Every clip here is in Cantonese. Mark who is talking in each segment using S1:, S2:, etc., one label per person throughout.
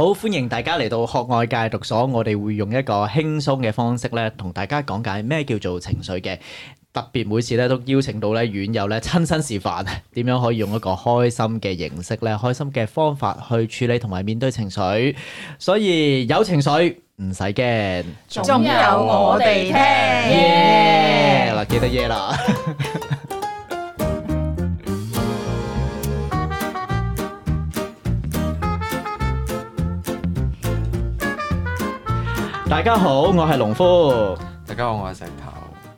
S1: 好，歡迎大家嚟到學外戒毒所，我哋會用一個輕鬆嘅方式咧，同大家講解咩叫做情緒嘅。特別每次咧都邀請到咧院友咧親身示範，啊點樣可以用一個開心嘅形式咧， 開心嘅方法去處理同埋面對情緒。所以有情緒唔使驚，
S2: 仲有我哋聽
S1: 耶！嗱，記得耶啦。 大家好，我係農夫。
S3: 大家好，我係石頭。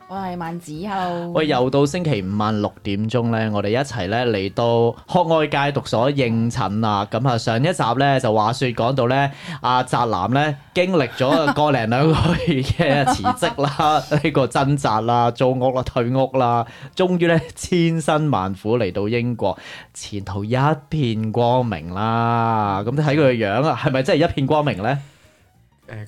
S2: 我係萬子後，
S1: 喂，又到星期五晚六點鐘咧，我哋一齊咧嚟到學外戒毒所應診啦。咁啊，上一集咧就話説講到咧，阿宅男咧經歷咗個零兩個月嘅辭職啦，呢個掙扎啦，租屋啦，退屋啦，終於咧千辛萬苦嚟到英國，前途一片光明啦。咁睇佢嘅樣啊，係咪真係一片光明咧？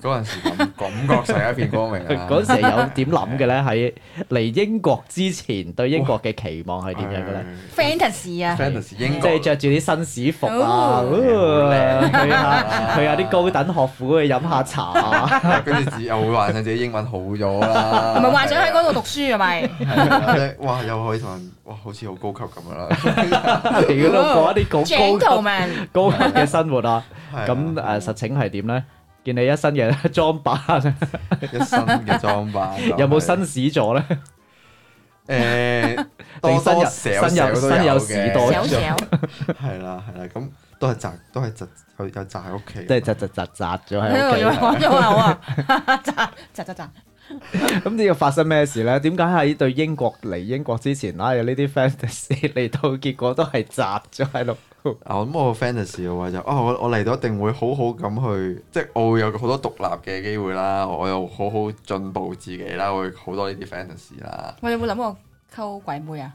S3: 誒嗰陣時感 感覺上一片光明
S1: 佢
S3: 啊！
S1: 嗰陣時有點諗嘅咧？喺嚟英國之前對英國嘅期望係點樣嘅咧？
S2: fantasy 啊，
S3: ？Fantasy
S1: 即係
S3: 英國
S1: 着住啲紳士服啊，
S2: 哦
S1: 哦去下
S3: 啊
S1: 去下啲高等學府去飲下 茶，啊
S3: 跟住自又會幻想自己英文好咗
S2: 唔
S3: 啦。
S2: 係幻想喺嗰度讀書係咪？
S3: 係啊即係哇！又可以同人哇，好似好高級咁樣啦。
S1: 嚟嗰度過一
S2: 哦
S1: 啲好
S2: gentleman，
S1: 高高級嘅生活啊。
S3: 係 啊
S1: 咁誒實情係點咧？見你一身嘅裝扮，
S3: 一身嘅裝扮就係，
S1: 有冇紳士座咧？
S3: 誒多
S1: 定
S3: 多
S1: 身
S3: 少
S1: 有身有
S3: 少都
S1: 身有
S3: 有
S1: 士
S3: 嘅
S1: 多
S2: 小小，
S3: 係啦係啦，咁都係宅都係宅有有宅喺屋企。
S1: 即係窒窒窒窒咗
S2: 喺度
S1: 喺
S2: 仲
S1: 屋
S2: 講咗口啊， 咋咋咋咋，
S1: 企。咁呢個發生咩事咧？點解喺對英國嚟英國之前，啊有呢啲 fantasy 嚟到，結果都係窒咗喺度。
S3: 啊，咁我 fantasy 嘅話就啊，我我嚟到一定會好好咁去，即係我會有好多獨立嘅機會啦，我又好好進步自己啦，會好多呢啲 fantasy 啦，
S2: 我哋會諗過溝鬼妹 啊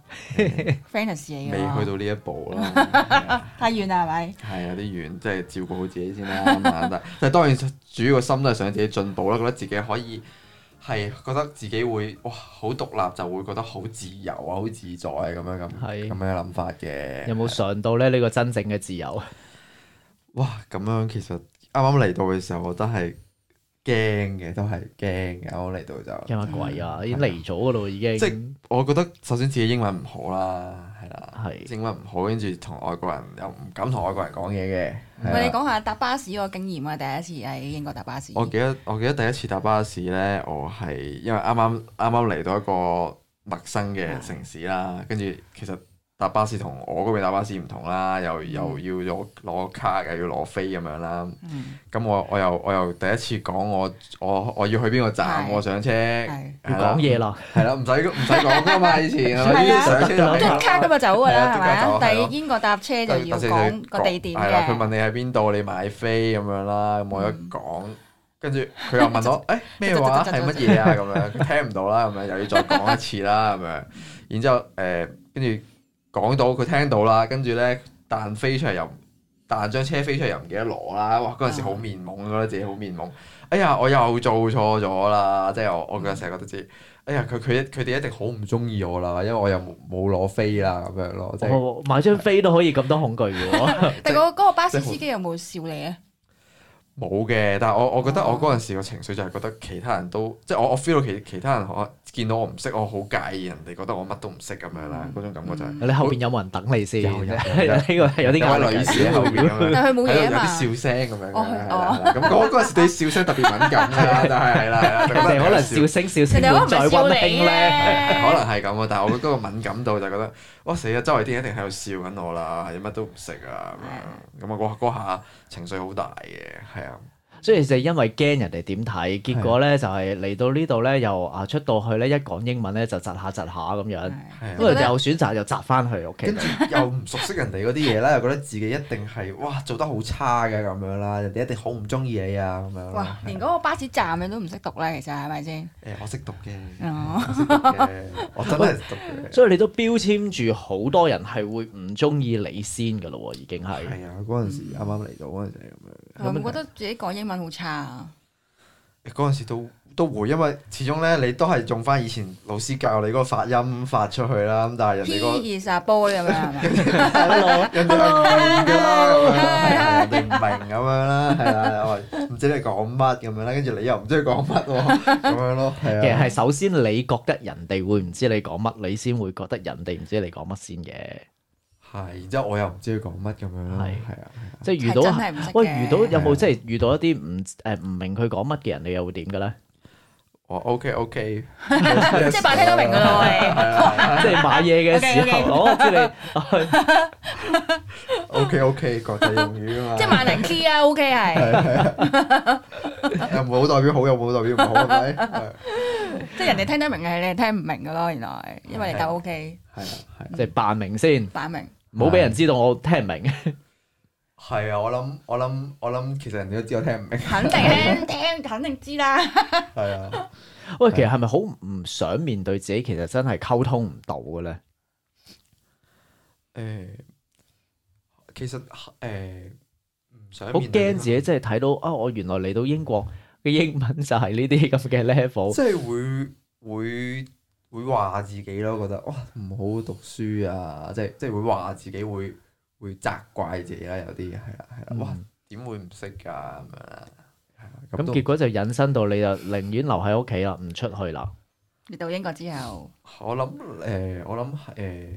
S2: ，fantasy 嚟
S3: 未
S2: 嘅喎，
S3: 去到呢一步啦，係 啊
S2: 太遠啦係咪？
S3: 係有啲遠，即係照顧好自己先啦，咁啊但但係當然主要個心都係想自己進步啦，覺得自己可以係覺得自己會哇好獨立，就會覺得好自由啊，好自在啊咁樣咁
S1: 係
S3: 咁樣嘅諗法嘅。
S1: 有冇嘗到咧呢個真正嘅自由？
S3: 哇，咁樣其實啱啱嚟到嘅時候，我都係驚嘅，都係驚嘅。啱啱嚟到就，
S1: 驚乜鬼啊？已經嚟咗噶咯，已經。
S3: 即係我覺得首先自己英文唔好啦，係啦，
S1: 係
S3: 英文唔好，跟住同外國人又唔敢同外國人講嘢嘅。
S2: 喂，你
S3: 係啦啊
S2: 講下搭巴士個經驗啊，第一次喺英國搭巴士，
S3: 我記得我記得第一次搭巴士咧，我係因為啱啱啱啱嚟到一個陌生嘅城市啦，跟住其實搭巴士同我嗰邊搭巴士唔同啦，又
S1: 嗯
S3: 又要攞攞卡又要攞飛咁樣啦。
S2: 嗯
S3: 咁我我又我又第一次講我我我要去邊個站，
S2: 係
S3: 我上車，
S2: 係
S1: 要講嘢啦，
S3: 係啦，唔使唔使講噶嘛，以前係
S2: 係啊
S3: 咪上車就
S1: 係
S2: 嘟
S3: 係
S2: 卡咁就走㗎
S3: 係
S2: 啦係
S3: 啊
S2: 咪
S3: 嘟卡
S2: 啊
S3: 走？係咯
S2: 第英國搭車就要
S3: 搭車就
S2: 講個地點
S3: 係啦，
S2: 嘅
S3: 佢問。你喺邊度，你買飛咁樣啦，咁我一講。
S2: 嗯
S3: 跟住佢又問 我，誒咩話係乜嘢啊？咁樣佢聽唔到啦，咁樣又要再講一次啦，咁樣。然之後誒，跟住講到佢聽到啦，跟住咧彈飛出嚟又彈張車飛出嚟又唔記得攞啦。哇！嗰陣時好面懵，覺得自己好面懵。哎呀，我又做錯咗啦！即係我我嗰陣時成日覺得自己，哎呀佢佢佢哋一定好唔中意我啦，因為我又冇冇攞飛啦咁樣咯，即係。
S1: 我哦買張飛都可以咁多恐懼嘅 喎。
S2: 但嗰嗰個巴士
S3: 即係好
S2: 司機有冇笑你啊？
S3: 冇嘅，但係我我覺得我
S2: 哦
S3: 嗰陣時個情緒就係覺得其他人都即係我我 feel 到其其他人可見到我唔識，我好介意人哋覺得我乜都唔識咁樣
S2: 嗯
S3: 啦，嗰種感覺就係、
S1: 你後邊有冇人等你先？
S3: 有
S1: 呢
S3: 有有
S1: 個係有啲壓
S3: 有
S1: 力
S3: 位女士喺後邊 咁樣，
S2: 但佢冇
S3: 喺
S2: 嘢啊
S3: 度有
S2: 嘛。
S3: 啲笑聲咁樣
S2: 哦
S3: 嘅，係
S2: 哦
S3: 啦係啦咁我嗰陣時對笑聲特別敏感 啦，但係係啦係啦， 就
S1: 人
S3: 覺
S1: 哋
S3: 得
S1: 可能笑聲笑聲
S2: 人哋可能
S1: 滿
S2: 唔
S1: 載
S2: 係笑
S1: 溫
S2: 你
S1: 馨
S3: 啊
S1: 咧。
S3: 可
S2: 咧，
S3: 能係咁啊，但係我嗰個敏感度就覺得， 哇死啊！周圍啲人一定喺度笑緊我啦，係乜都唔識啊咁樣，咁啊嗰嗰下情緒好大嘅，係啊，
S1: 所以就因為驚人哋點睇，結果咧就係嚟到呢度咧，又啊出到去咧，一講英文咧就窒下窒下咁樣。
S3: 係啊
S1: 咁。佢有選擇又窒翻去屋企
S3: 跟。住又唔熟悉人哋嗰啲嘢啦，又覺得自己一定係哇做得好差嘅咁樣啦，人哋一定好唔中意你啊咁樣
S2: 哇
S3: 啦！。
S2: 連嗰個巴士站你都唔識讀啦，其實係咪先？
S3: 誒，我識讀 嘅，
S2: 哦
S3: 我識讀嘅，我真係讀嘅。
S1: 所以你都標籤住好多人係會唔中意你先嘅咯喎，已經係。
S3: 係啊，嗰陣時
S1: 嗯
S3: 啱啱嚟到嗰陣時係咁
S2: 我
S3: 樣
S2: 覺得自己講英文好差啊，
S3: 嗰陣時都都會，因為始終咧你都係用翻以前老師教你嗰個發音發出去啦。咁但係人哋嗰
S2: He is a boy 咁樣係咪？
S3: 人哋係明㗎啊啦，咁樣人哋唔明咁樣啦，係啦，我唔知你講乜咁樣啦，跟住你又唔知佢講乜喎，咁樣咯，
S1: 其
S3: 係
S1: 實
S3: 啊。
S1: 係首先你覺得人哋會唔知你講乜，你先會覺得人哋唔知你講乜先嘅。
S3: 係，然之後我又唔知佢講乜咁樣咯，
S1: 係
S3: 係啊。
S1: 即係遇到
S2: 係真係唔識嘅
S1: 喂，遇到有
S3: 係啊
S1: 冇即係遇到一啲唔呃誒唔明佢講乜嘅人，你又會點 嘅咧？
S3: 我 OK OK，
S2: 即係扮聽都明㗎啦
S3: 啊
S2: 喂
S1: 即係買嘢嘅 時
S2: OK，OK
S1: 候，我知你
S3: OK OK，國際用語啊嘛，
S2: 即係萬能 key 啊，OK à, 係，
S3: 又冇代表好，又冇代表唔好，係啊咪？係
S2: 即係人哋聽得明嘅，你係聽唔明嘅咯。原來因為你夠 OK
S3: 係啊係啊
S1: 即係扮明先，
S2: 擺明，
S1: 唔好俾人知道我聽唔 明。
S3: 係啊！我諗我諗我諗，其實人哋都知我聽唔明，
S2: 肯定聽聽肯定知啦。
S3: 係啊，
S1: 喂，其實係咪好唔想面對自己？其實真係溝通唔到嘅咧。
S3: 誒，其實誒唔想
S1: 好
S3: 面對
S1: 驚
S3: 呢個
S1: 自己真係睇到啊！我原來嚟到英國嘅英文就係呢啲咁 嘅 level。
S3: 即係會會會話自己咯，覺得哇唔好讀書啊，即係即係會話自己會會責怪自己啦，有啲係啦係啦，哇
S1: 嗯
S3: 點會唔識㗎咁樣啦，係啦
S1: 咁
S3: 都
S1: 結果就引申到你就寧願留喺屋企啦，唔出去啦。
S2: 嚟到英國之後，
S3: 我諗誒、我諗誒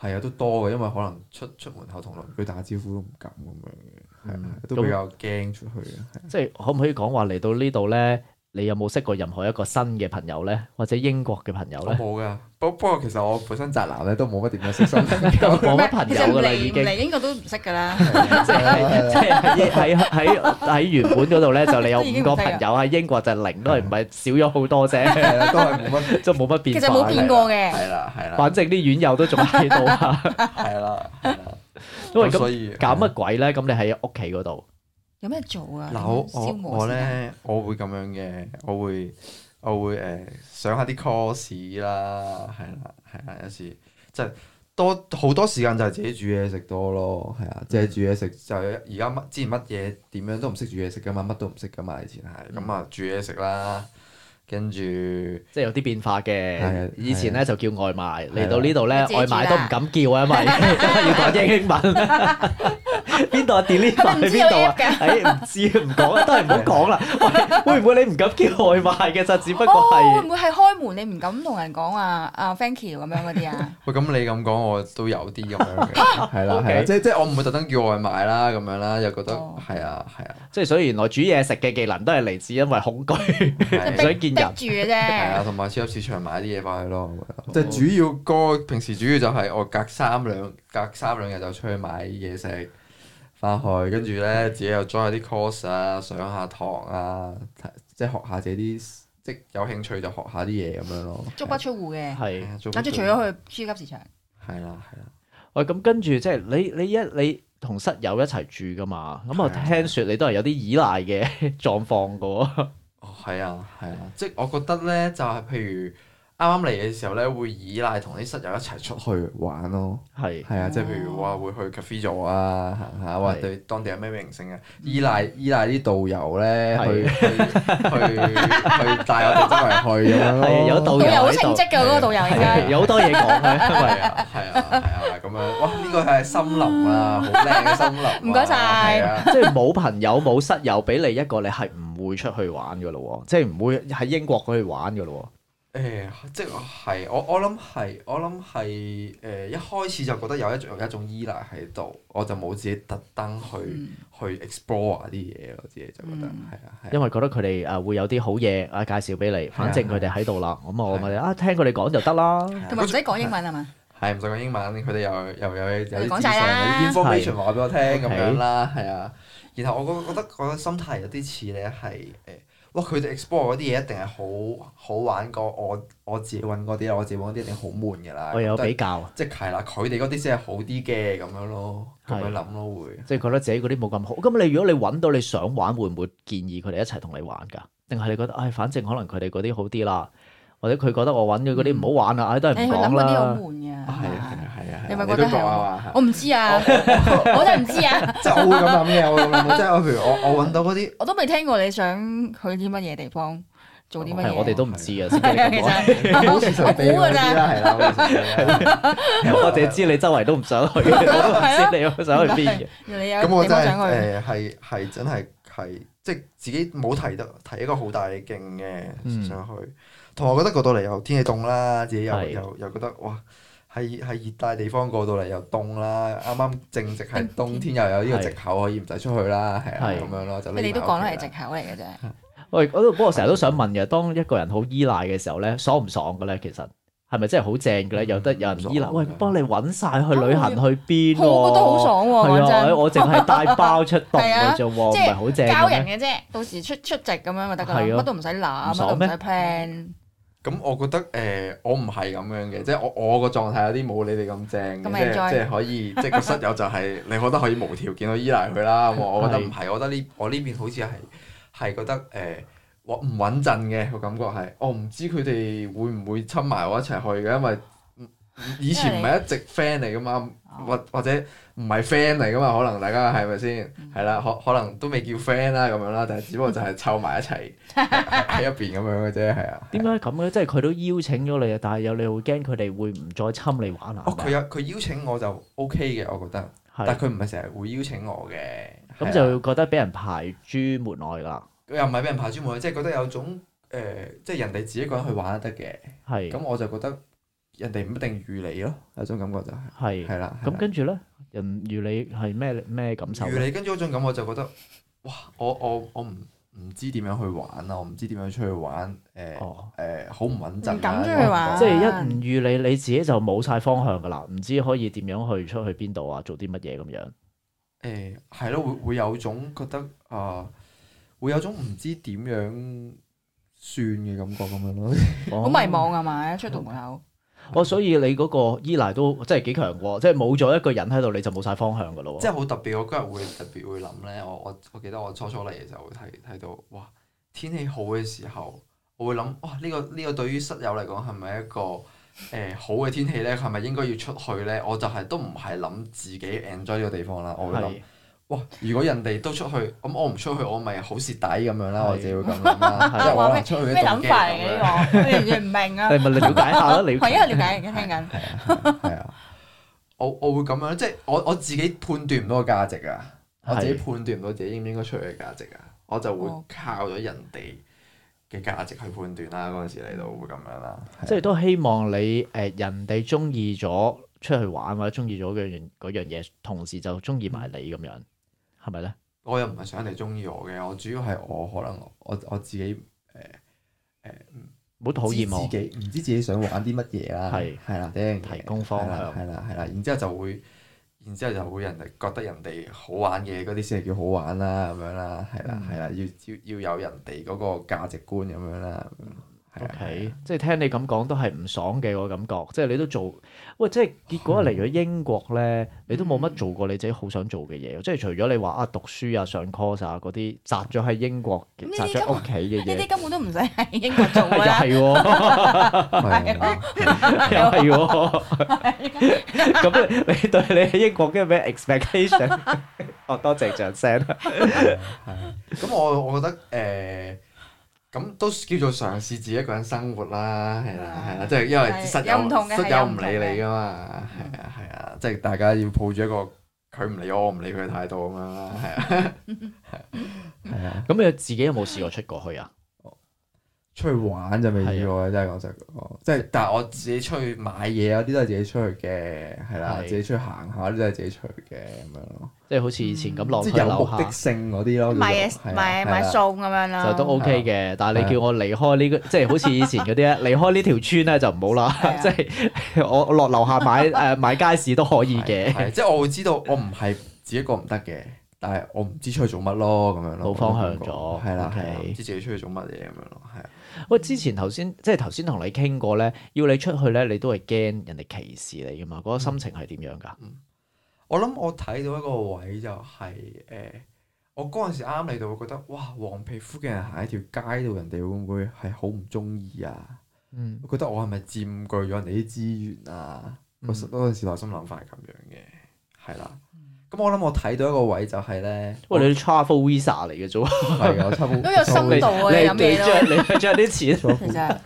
S3: 係啊，都多嘅，因為可能出出門口同鄰居打招呼都唔敢咁樣嘅，係啊
S1: 嗯，
S3: 都比較驚出去嘅。係啊
S1: 即係可唔可以講話嚟到呢度咧？你有冇識過任何一個新嘅朋友咧，或者英國嘅朋友
S3: 我
S1: 咧？
S3: 冇㗎，不不過其實我本身宅男咧都冇乜點樣識 心應
S1: 都
S3: 手。
S1: 冇乜朋友噶啦，已
S2: 其實
S1: 經
S2: 嚟。嚟英國都唔識㗎啦。
S1: 即係即係喺喺喺原本嗰度咧，就 你有五個朋友喺英國就零，都係唔係少咗好多啫，
S3: 係 啊，都係冇乜。
S1: 即係冇乜
S2: 其
S1: 變
S2: 實冇
S1: 化。
S2: 變過嘅，
S3: 係啦，係 啦，
S1: 反正啲院友都仲喺度 啊，
S3: 係啦，係啦。
S1: 因為
S3: 咁
S1: 咁
S3: 所以
S1: 搞乜鬼咧？咁你喺屋企嗰度，
S2: 有咩做啊？
S3: 嗱，我我
S2: 消磨
S3: 我
S2: 時間，
S3: 咧，我會咁樣嘅，我會我會誒、呃上下啲 course 啦，係啦係啦，有時即係多好多時間就係自己煮嘢食多咯，係
S2: 嗯
S3: 啊，即係煮嘢食就係而家乜之前乜嘢點樣都唔識煮嘢食噶嘛，乜都唔識噶嘛，以前
S2: 嗯
S3: 係咁啊煮嘢食啦，跟住
S1: 即係有啲變化
S3: 係啊
S1: 嘅。以前咧就叫外賣，嚟到呢度咧
S2: 你自己
S1: 外
S2: 煮啦
S1: 賣都唔敢叫啊，因 為要講英文。邊度啊
S2: 佢
S1: ？deliver
S2: 哋唔
S1: 喺
S2: 知有
S1: 邊度
S2: app
S1: 啊？
S2: 㗎
S1: 誒唔知唔講啦，都係唔好講啦。喂，會唔會你唔敢叫外賣嘅？就只不過
S2: 哦，
S1: 係
S2: 會。唔會係開門你唔敢同人講啊？啊，thank you 咁樣嗰啲啊？
S3: 喂咁你咁講我都有 啲咁樣嘅，係啦係啦，
S1: OK
S3: 即即係我唔會特登叫外賣啦咁樣啦，又覺得
S2: 哦
S3: 係啊係啊，
S1: 即係所以原來煮嘢食嘅技能都係嚟自因為恐懼，
S3: 係
S1: 唔 想 見
S2: 逼
S1: 人。
S2: 住嘅
S3: 係啊，
S2: 啫，
S3: 同埋超級市場買啲嘢翻去咯，我覺得即係主要個平時主要就係我隔三兩隔三兩日就出去買嘢食翻去，跟住咧自己又 join 下啲 course 啊，上下堂啊，睇即係學下自己啲即有興趣就學下啲嘢咁樣咯。
S2: 足不出戶嘅。
S1: 係
S3: 係啊，
S2: 咁即係除咗去超級市場，
S3: 係啦係啦，
S1: 喂，咁跟住即係你你一你同室友一齊住噶嘛？咁我
S3: 係啊
S1: 聽說你都係有啲依賴嘅 狀況噶
S3: 哦係啊係啊，即係我覺得咧就係譬如。啱啱嚟嘅時候咧，會依賴同啲室友一齊出去玩咯。
S1: 喎，係
S3: 係啊，即係譬如話會去 cafe 座啊，行下或
S1: 嗯係
S3: 對當地有咩名勝啊，依賴依賴啲導遊咧，
S1: 係
S3: 去去去去帶我哋周圍去咁樣咯
S1: 係啊有導
S2: 導
S1: 遊
S2: 遊好
S1: 喺
S2: 稱
S1: 度，
S2: 職嘅嗰個導遊應該
S1: 係。有好多嘢講嘅，因為
S3: 係啊係啊係啊咁樣，哇！呢個係森林啊，好靚嘅森林啊。
S2: 唔該晒
S3: 係啊
S1: 即係冇朋友冇室友俾你一個，你係唔會出去玩噶咯喎，即係唔會喺英國嗰度玩噶咯
S3: 誒，即係我我諗係，我諗係誒，一開始就覺得有一種有一種依賴喺度，我就冇自己特登去、
S2: 嗯
S3: 去 explore 啊啲嘢咯，自己就覺得
S2: 嗯
S3: 係啊係啊
S1: 喎，因為覺得佢哋誒會有啲好嘢啊介紹俾你，反正佢哋喺度啦，咁我咪啊聽佢哋講就得啦。
S2: 同埋唔使講英文係啊嘛？
S3: 係唔使講英文，佢哋又又有有啲
S2: 講
S3: 資
S2: 晒啦
S3: 訊，有啲 information 話俾我聽
S1: OK
S3: 咁樣啦，係啊。然後我覺覺得我嘅心態有啲似咧係誒，哇！佢哋 explore 嗰啲嘢一定係好好玩過我我自己揾嗰啲啦，我自己揾嗰啲一定好悶㗎啦。
S1: 我有
S3: 覺得
S1: 比較。
S3: 即係係啦，佢哋嗰啲先係好啲嘅咁樣咯，咁
S1: 係
S3: 樣諗咯會。
S1: 即係覺得自己嗰啲冇咁好。咁你如果你揾到你想玩，會唔會建議佢哋一齊同你玩㗎？定係你覺得，唉，反正可能佢哋嗰啲好啲啦，或者佢覺得我揾嘅嗰
S2: 嗯
S1: 啲唔好玩啦，唉，都係啊唔
S2: 誒，佢諗
S1: 講
S2: 嗰啲好
S1: 啦。
S2: 悶嘅。係
S3: 係啊
S2: 嘛
S3: 係啊係啊，
S2: 你咪
S3: 覺
S2: 覺得
S3: 講
S2: 係
S3: 啊嘛
S2: 我唔知啊，
S1: 哦
S2: 我真係唔知啊，
S3: 即係我會咁 諗嘅，我會咁諗，即係我譬如我我揾到嗰啲
S2: 我都未聽過你想去啲乜嘢地方，做啲乜
S1: 係
S2: 嘢？
S1: 我哋都唔知啊，識咗你咁 耐
S2: 其實
S3: 好 似
S2: 我
S3: 神
S2: 估
S3: 秘嗰
S2: 㗎
S3: 啲
S2: 咋，
S1: 啊
S3: 啦，係啦，好似神秘嗰啲
S1: 我哋知你周圍都唔想去，我都唔知你想去邊嘅。
S2: 你有
S3: 咁我
S2: 啊你
S3: 真
S2: 冇
S3: 係
S2: 想去？
S3: 誒係係真係係即係自己冇提得提一個好大嘅勁
S1: 嗯
S3: 嘅上去，同埋我覺得過到嚟又天氣凍啦，自己又
S1: 係
S3: 又又覺得哇喺喺熱帶地方過到嚟又凍啦，啱啱正值
S2: 嗯
S3: 係冬天又有呢個藉口可以唔使出去啦，係啊
S1: 係
S3: 咁樣咯，就匿
S2: 你
S3: 埋
S2: 哋都講得係藉
S3: 屋企啦
S2: 口嚟嘅啫，
S1: 喂，我都不過成日都想問嘅，當一個人好依賴嘅時候咧，爽唔爽嘅咧？其實係咪真係好正嘅咧？
S2: 嗯
S1: 有得有人依賴，
S3: 爽
S1: 喂，幫你揾晒去旅行去邊喎？
S2: 我覺得啊哦好爽喎，講
S1: 係啊，
S2: 真。
S1: 我淨係帶包 出動嘅啫喎，唔
S2: 即係
S1: 係好正
S2: 交
S1: 嘅
S2: 人
S1: 咩？
S2: 嘅啫，到時出出席咁樣咪得㗎啦，
S1: 係啊
S2: 乜都唔使
S1: 唔
S2: 諗，乜都
S1: 爽
S2: 唔
S1: 咩
S2: 使 plan，
S3: 咁
S2: 嗯
S3: 我覺得誒、呃我唔係咁樣嘅，即係我我個狀態有啲冇你哋咁正嘅，
S2: 咁
S3: 即
S2: enjoy
S3: 係即係 可以，即係個室友就係、你覺得可以無條件去依賴佢啦。咁我我覺得唔係，我覺得呢我呢邊好似係係覺得誒。我唔穩陣嘅個感覺係，我唔知佢哋會唔會親埋我一齊去嘅，因為以前唔係一直 friend 嚟噶
S2: 哦
S3: 嘛，或或者唔係 friend 嚟噶嘛，可能大家係咪先？
S2: 嗯
S3: 係啦，可可能都未叫 friend 啦咁樣啦，但係只不過就係湊埋一 齊喺喺一邊咁樣嘅啫，係啊。
S1: 點解咁嘅？即係佢都邀請咗你啊，但係有你會驚佢哋會唔再侵你玩啊？
S3: 哦，佢有佢邀請我就 O K 嘅，我覺得，但
S1: 係
S3: 係佢唔係成日會邀請我嘅，
S1: 咁
S3: 係啊
S1: 就覺得俾人排諸門外㗎啦。
S3: 佢又唔係俾人排專門，即係覺得有種誒、呃即係人哋自己一個人去玩得嘅，
S1: 係
S3: 咁我就覺得人哋唔一定預你咯，有種感覺就係、
S1: 係。
S3: 係啦，
S1: 咁跟住咧，人如你係咩咩感受呢？啊
S3: 預你跟住嗰種感覺就覺得，哇！我我我唔唔知點樣去玩啊，我唔知點樣出去玩，誒
S1: 哦，
S3: 誒好唔穩陣啊
S2: 唔敢出去玩
S1: 即係一唔預你，你自己就冇晒方向㗎啦，唔知可以點樣去出去邊度啊，做啲乜嘢咁樣。
S3: 誒係咯，會會有種覺得啊、會有種唔知點樣算嘅感覺咁樣咯。
S2: 好
S1: 好
S2: 迷茫啊嘛，一出到門口，
S1: 哦，所以你嗰個依賴都真係幾強喎，即係冇咗一個人喺度你就冇晒方向㗎咯
S2: 哦
S3: 即
S1: 喎。
S3: 係好特別，我嗰日會特別會諗咧。我我我記得我初初嚟嘅時候會睇睇到，哇！天氣好嘅時候，我會諗，哇！呢、個呢、個對於室友嚟講係咪一個誒、呃好嘅天氣咧？係咪應該要出去咧？我就係都唔係諗自己 enjoy 呢個地方啦，我會諗
S1: 係。
S3: 哇！如果人哋都出去，咁我唔出去，我咪好蝕底咁樣啦，
S1: 係
S3: 我自己會咁 諗啦，
S1: 係
S3: 即係我可能
S2: 咩
S3: 出去
S2: 咩
S3: 嘅動
S2: 諗
S3: 機
S2: 法
S3: 係
S2: 嚟嘅
S3: 咁樣
S2: 呢個？我完全 唔明啊
S1: 你，咪你了解下啦，你
S2: 係因為了解而家聽緊。
S3: 係啊，我我會咁樣，即係我我自己判斷唔到個價值啊，我自己
S1: 係
S3: 判斷唔到自己應唔應該出去嘅價值啊，我就會
S2: 哦
S3: 靠咗人哋嘅價值去判斷啦。嗰陣時嚟到會咁樣啦，
S1: 即係都希望你誒、呃人哋中意咗出去玩或者中意咗嗰樣嗰樣嘢，同時就中意埋你咁樣，係咪咧？
S3: 我又唔係想人哋中意我嘅，我主要係我可能我我自己
S1: 唔好討厭我
S3: 知，自己唔知自己想玩啲乜嘢啦，
S1: 係
S3: 係啦，呢樣嘢
S1: 提供方向
S3: 係啦係啦係啦，然之後就會。然之後就會人哋覺得人哋好玩嘅嗰啲先係叫好玩啦，咁樣啦，係
S1: 嗯
S3: 啦係啦，要要要有人哋嗰個價值觀咁樣啦，咁樣係
S1: O
S3: 啊
S1: K，即係聽你咁講都係唔爽嘅個感覺，即係你都做，喂，即係結果嚟咗英國咧，你都冇乜做過你自己好想做嘅嘢，即係除咗你話啊讀書啊、上 course 啊嗰啲，宅咗喺英國、
S2: 咁呢
S1: 宅
S2: 啲
S1: 咗喺屋企嘅
S2: 呢
S1: 嘢
S2: 啲，根本都唔使喺英國做㗎
S1: 又
S2: 啦，
S1: 係喎，
S3: 係啊
S1: 又係喎，咁你你對你喺英國嘅咩 expectation？哦，多謝掌聲。
S3: 咁我我覺得誒，咁、都叫做嘗試自己一個人生活啦，係啦係啦，即係因為
S2: 嗯係
S3: 室
S2: 有唔同嘅
S3: 友室
S2: 係有
S3: 友
S2: 唔
S3: 唔
S2: 同
S3: 理
S2: 嘅嗯
S3: 你噶嘛，係啊係啊，即係大家要抱住一個佢唔理我，我唔理佢嘅態度咁樣啦，係啊係啊，
S1: 咁你自己有冇試過出過去啊？
S3: 出去玩就未試過啊嘅，真係講實講，即係但係我自己出去買嘢有啲都係自己出去嘅，係啦，
S1: 係
S3: 自己出去行下嗰啲都係自己出去嘅咁樣咯，
S1: 即係好似以前咁落
S3: 嗯即
S1: 去
S3: 係有
S1: 樓
S3: 目的
S1: 下。
S3: 性嗰啲咯，
S2: 買
S3: 叫做
S2: 嘢
S3: 係啊
S2: 買
S3: 係
S2: 買
S3: 啊
S2: 餸咁樣啦，
S1: 就都 OK 嘅，但係你叫我離開呢、個，即係好似以前嗰啲咧，離開呢條村咧就唔好
S2: 係
S1: 啦
S2: 啊。
S1: 即係我我落樓下 買誒、買街市都可以嘅，
S3: 係即係我會知道我唔係自己一個唔得嘅，但係我唔知出去做乜咯咁樣咯，
S1: 冇方向咗
S3: 係啦係啦，
S1: OK
S3: 唔知自己出去做乜嘢咁樣咯，係啊
S1: 喂，之前頭先即係頭先同你傾過咧，要你出去咧，你都係驚人哋歧視你噶嘛？嗰、個心情係點樣㗎？
S3: 我諗我睇到一個位就係、誒、我嗰陣時啱嚟到會覺得哇，黃皮膚嘅人行喺條街度，人哋會唔會係好唔中意啊？
S1: 嗯，
S3: 我覺得我係咪佔據咗人哋啲資源啊？
S1: 嗯
S3: 我嗰陣時內心諗法係咁樣嘅，係啦。咁我諗我睇到一個位就係咧，
S1: 喂，你 travel visa 嚟嘅啫喎，
S3: 係我差唔
S2: 都有深
S1: 你
S2: 度啊
S1: 你
S2: 飲嘢
S1: 你
S2: 咯
S1: 着你着啲 錢
S2: 其實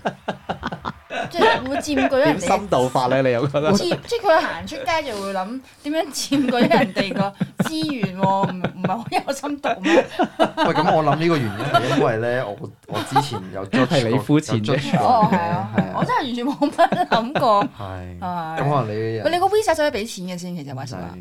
S2: 即係會佔據咗人
S1: 點
S2: 哋
S1: 深度法咧？你又覺得？
S2: 資即係佢行出街就會諗點樣佔據人哋個 資源喎，唔唔係好有深度咩？
S3: 喂，咁我諗呢個原 因係因為咧，我我之前 有 judge
S1: 係你膚淺啫
S3: 過有 judge 過
S2: 哦，
S3: 嘅
S2: 係啊，係啊我
S3: 係
S2: 真係完全冇乜諗過。
S3: 係
S2: 係
S3: 咁可能你
S2: 喂，你個 Visa 使唔使俾錢嘅先？其實話時話，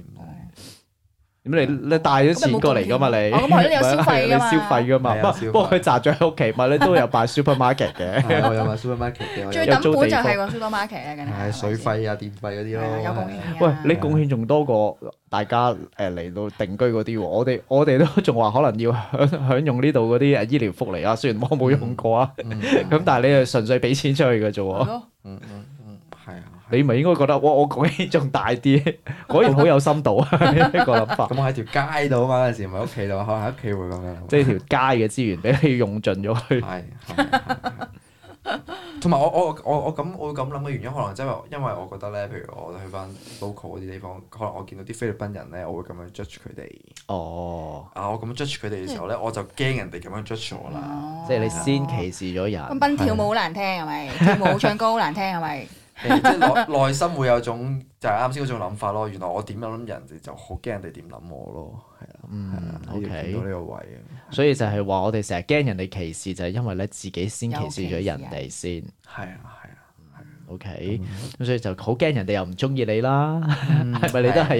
S1: 咁你你帶咗錢過嚟㗎嘛？你
S2: 哦咁係咯你有消費㗎嘛
S1: 你消費㗎
S3: 係
S1: 嘛？
S3: 啊
S1: 不
S3: 消費
S1: 不過佢宅咗喺屋企嘛，你都有擺 supermarket 嘅。
S3: 係我有買 supermarket 嘅，我
S2: 最啊
S3: 有
S1: 有
S2: 抌
S1: 租
S2: 本就
S1: 地
S2: 係個 supermarket 啦，梗係
S3: 係水費啊、電費嗰啲
S2: 係
S3: 咯，
S2: 啊有貢
S3: 係啊
S2: 獻嘅。
S1: 喂，你貢獻仲多過大家誒呃嚟到定居嗰啲喎，我哋我哋都仲話可能要享 享用呢度嗰啲誒醫療福利啊，雖然我冇用過啊，
S3: 嗯
S1: 咁但係你係純粹俾錢出去嘅啫
S2: 係
S1: 喎，
S2: 咯，
S3: 嗯嗯嗯，係啊。
S1: 你咪應該覺得哇，我貢獻仲大啲， 果然好有深度啊呢個諗法，
S3: 咁我喺條街度啊嘛，嗰陣時唔係屋企度，可能喺屋企會咁樣。
S1: 即係條街嘅資源俾你用盡咗去，
S3: 係係係同埋我我我我咁我會咁諗嘅原因，可能真係因為我覺得咧，譬如我去翻 local 嗰啲地方，可能我見到啲菲律賓人咧，我會咁樣 judge 佢哋。
S1: 哦，
S3: 啊，我咁樣 judge 佢哋嘅時候咧，我就驚人哋咁樣 judge 我啦。
S2: 哦
S1: 即係你先歧視咗
S2: 咁
S1: 人，
S2: 賓跳舞好難聽係咪？跳舞唱歌好難聽係咪？
S3: 誒即係內 內心會有種就係啱先嗰種諗法咯。原來我點樣諗人哋，就好驚人哋點諗我咯。係啦，係
S1: 嗯
S3: 啦，我見到
S1: ，OK，
S3: 呢個位啊
S1: 所以就係話我哋成日驚人哋歧視，就係因為咧自己先歧視咗人哋先。
S3: 係啊係啊。
S1: OK，咁所以就好驚人哋又唔中意你啦，
S2: 嗯
S1: 係 咪你
S3: 嗯係
S1: 都
S3: 啊
S1: 係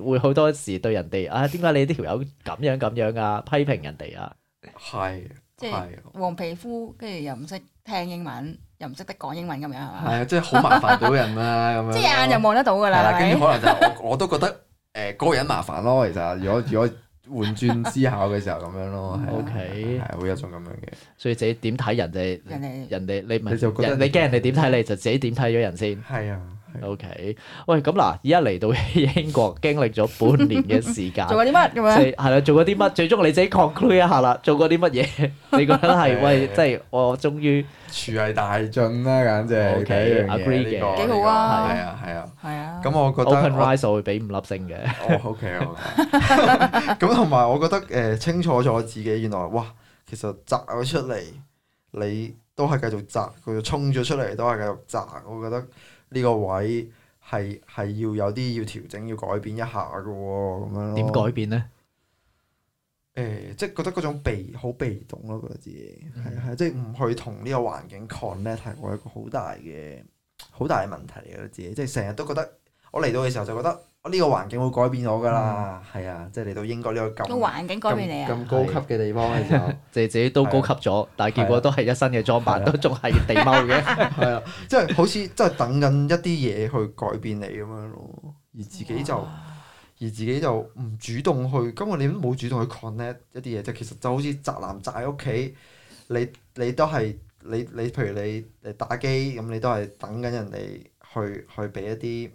S1: 有會好多時對人哋啊？點解你呢條友咁樣咁樣啊？批評人哋啊？
S3: 係，
S2: 即係
S3: 係啊
S2: 黃皮膚，跟住又唔識聽英文，又唔識得講英文咁樣係嘛？
S3: 係啊，即係好麻煩到人 啦咁樣。
S2: 即係眼又望得到㗎
S3: 係
S2: 啦，係
S3: 啦，跟
S2: 咪
S3: 住？可能就我 我都覺得誒嗰個人麻煩咯。其實如果如果換轉思考嘅時候咁樣咯，係啊
S1: OK
S3: 係會有種咁樣嘅，
S1: 所以自己點睇人哋，
S2: 人哋
S1: 人哋你咪
S3: 你就覺得
S1: 人你驚人哋點睇你，就自己點睇咗人先。
S3: 係啊，
S1: OK，喂，咁嗱，而家嚟到 英國，經歷咗半年嘅時 間，
S2: 做過啲乜咁
S1: 即
S2: 樣？
S1: 係係啦，做過啲乜？最終你自己 conclude 一下啦，做過啲乜 嘢？你覺得係喂，即係我終於
S3: 廚藝大進啦，簡直
S1: OK，
S3: 第一樣嘢
S1: agree 嘅
S3: 呢個
S2: 幾好啊
S3: 係啊係啊，
S2: 係啊，
S3: 咁我覺
S1: open
S3: 得我
S1: rise 我會俾五粒星嘅。
S3: 哦，OK，好 嘅咁同埋我覺得誒呃清楚咗自己，原來哇，其實摘咗出嚟，你都係繼續摘，佢衝咗出嚟都係繼續摘。我覺得呢個位係係要有啲要調整，要改變一下嘅喎，咁樣咯。
S1: 點改變咧？
S3: 誒、即係覺得嗰種被好被動咯，覺得自己
S2: 嗯
S3: 係啊係、即係唔去同呢個環境 connect 係我一個好大嘅好大嘅問題嚟嘅自己，即係成日都覺得我嚟到嘅時候就覺得我呢個環境會改變我㗎啦，係、啊，即係嚟到英國呢個
S2: 個
S3: 咁
S2: 嗯環境改變你啊！
S3: 咁高級嘅地方嘅時候，
S1: 自己自己都高級咗，但係結果都係一身嘅裝扮，
S3: 啊係啊
S1: 都仲係地踎 嘅。
S3: 係啊，即係好似真係等緊一啲嘢去改變你咁樣咯，而自己就而自己就唔主動去，根本你都冇主動去 connect 一啲嘢，即係其實就好似宅男宅喺屋企，你你都係你你譬如你你打機咁，你都係等緊人哋去去俾一啲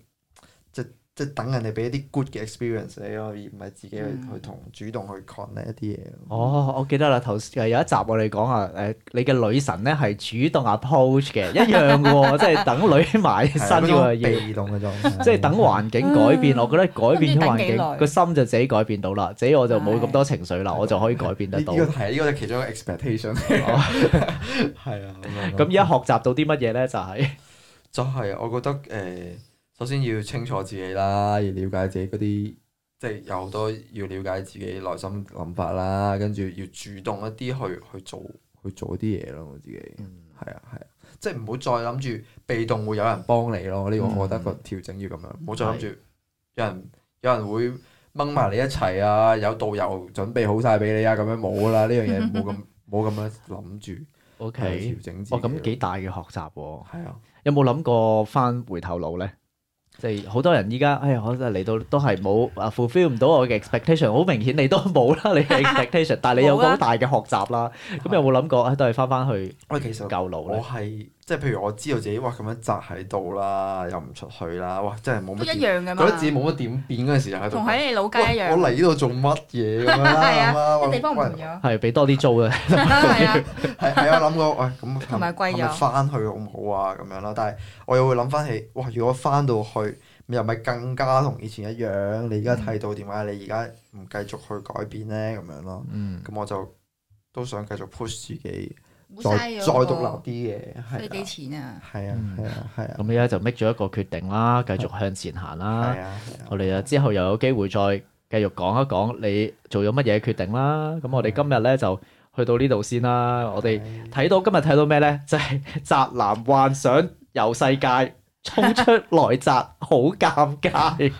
S3: 即即等人哋俾一啲 good 嘅 experience 你咯，而唔係自己去
S2: 嗯
S3: 去同主動去 connect 一啲嘢咯。
S1: 哦，我記得啦，頭先有一集我哋講啊，誒，你嘅女神咧係主動 approach 嘅，一樣嘅喎，即係等女埋
S3: 係
S1: 身
S3: 啊嗰種
S1: 喎，要
S3: 被動嘅狀態，
S1: 即係等環境改變。我覺得改變咗環
S2: 嗯咁要等幾耐
S1: 境，個心就自己改變到啦，自己我就冇咁多情緒啦，我就可以改變
S3: 呢
S1: 得
S3: 呢
S1: 到。哦
S3: 個係呢個係 其中一個 expectation，係啊，
S1: 咁
S3: 咁
S1: 而家學習到啲乜嘢咧？就係
S3: 就係我覺得誒、呃首先要清楚自己啦，要了解自己嗰啲，即係有好多要了解自己內心諗法啦，跟住要主動一啲去去做去做啲嘢咯，我自己
S1: 嗯
S3: 係啊係啊，即係唔好再諗住被動會有人幫你咯，呢、個
S1: 嗯
S3: 我覺得個調整要咁樣，唔好再諗住有人有人會掹埋你一齊啊，有導遊準備好晒俾你啊，咁樣冇啦，呢樣 嘢冇咁冇咁樣諗住
S1: OK，
S3: 去調整自己
S1: 哇，
S3: 咯。
S1: 咁幾大嘅學習喎。
S3: 係啊，
S1: 有冇諗過翻回頭路咧？即係好多人依家，哎呀，我真係嚟到都係冇啊 fulfill 唔到我嘅 expectation，好明顯你都冇啦，你 嘅 expectation，但係你有個
S3: 啊
S1: 好大嘅學習啦。咁有冇諗過，哎都係翻翻去
S3: 喂，其實
S1: 舊路
S3: 我
S1: 咧？
S3: 係即係譬如我知道自己哇咁樣宅喺度啦，又唔出去啦，哇真係冇
S2: 都
S3: 乜
S2: 一
S3: 點，
S2: 樣㗎
S3: 覺得自己
S2: 嘛，
S3: 冇乜點變嗰陣時就喺度
S2: 同
S3: 諗，
S2: 喺你老街一
S3: 喂
S2: 樣啊
S3: 我。嚟呢度做乜嘢咁樣
S2: 係
S3: 啦？
S2: 啊
S3: 咁啊喂
S2: 啲地方唔
S3: 喂
S2: 同咗，
S1: 係俾多啲租啊！
S2: 係啊，
S3: 係係啊，諗過喂咁
S2: 同埋貴咗
S3: 翻去好唔好啊咁樣啦？但係我又會諗翻起，哇！如果翻到去又咪更加同以前一樣？你而家睇到點解你而家唔繼續去改變咧？咁樣咯，
S1: 嗯，
S3: 咁我就都想繼續 push 自己，
S2: 冇
S3: 再
S2: 嘥
S3: 再
S2: 咗
S3: 獨立啲嘅，
S2: 飛
S3: 係
S2: 機錢
S3: 啊，
S2: 啊！
S3: 係啊，
S1: 嗯
S3: 係啊，係啊，
S1: 咁而家就 make 咗一個決定啦，繼續向前行啦
S3: 係。啊，係啊
S1: 我哋啊之後又有機會再繼續講一講你做咗乜嘢決定啦。咁我哋
S3: 啊
S1: 今日咧就去到呢度先啦。我哋睇到今日睇到咩咧？就係、宅男幻想遊世界。衝出來宅，好尷 尬。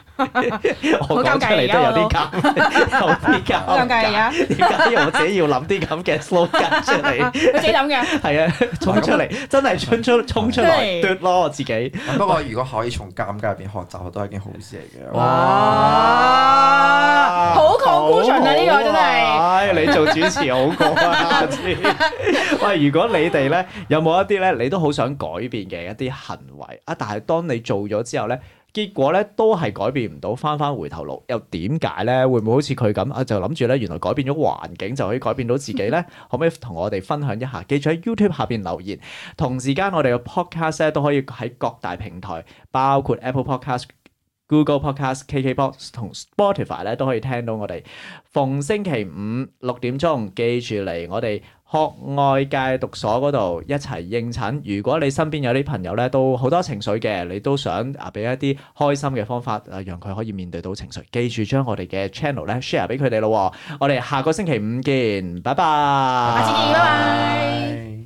S1: 我講出嚟都有啲尷，有啲
S2: 好尷
S1: 尷
S2: 尬而
S1: 尬。
S2: 家，
S1: 點解我自己要諗啲咁嘅 slogan 出嚟？
S2: 佢自己諗嘅。
S1: 係啊，衝 出嚟，真係衝出衝出嚟，奪咯我自己。
S3: 啊不過如果可以從尷尬入邊學習，都係一件好事嚟嘅。
S2: 哇好 conclusion 啊呢個真係
S1: 唉，你做主持好過 啊！喂，如果你哋咧有冇一啲咧，你都好想改變嘅一啲行為啊，但係當你做咗之後咧。結果咧都係改變唔到，翻翻回頭路，又點解咧？會唔會好似佢咁啊？就諗住咧，原來改變咗環境就可以改變到自己咧？可唔可以同我哋分享一下？記住喺 YouTube 下邊留言，同時間我哋嘅 podcast 咧都可以喺各大平台，包括 Apple Podcast。Google Podcast、KKBox 同 Spotify 咧都可以聽到我哋。逢星期五六點鐘，記住嚟我哋學愛戒毒所嗰度一齊應診。如果你身邊有啲朋友咧都好多情緒嘅，你都想啊俾一啲開心嘅方法啊，讓佢可以面對到情緒。記住將我哋嘅 channel 咧 share 俾佢哋咯喎。我哋下個星期五見，拜拜。
S2: 下次見拜拜
S3: 拜。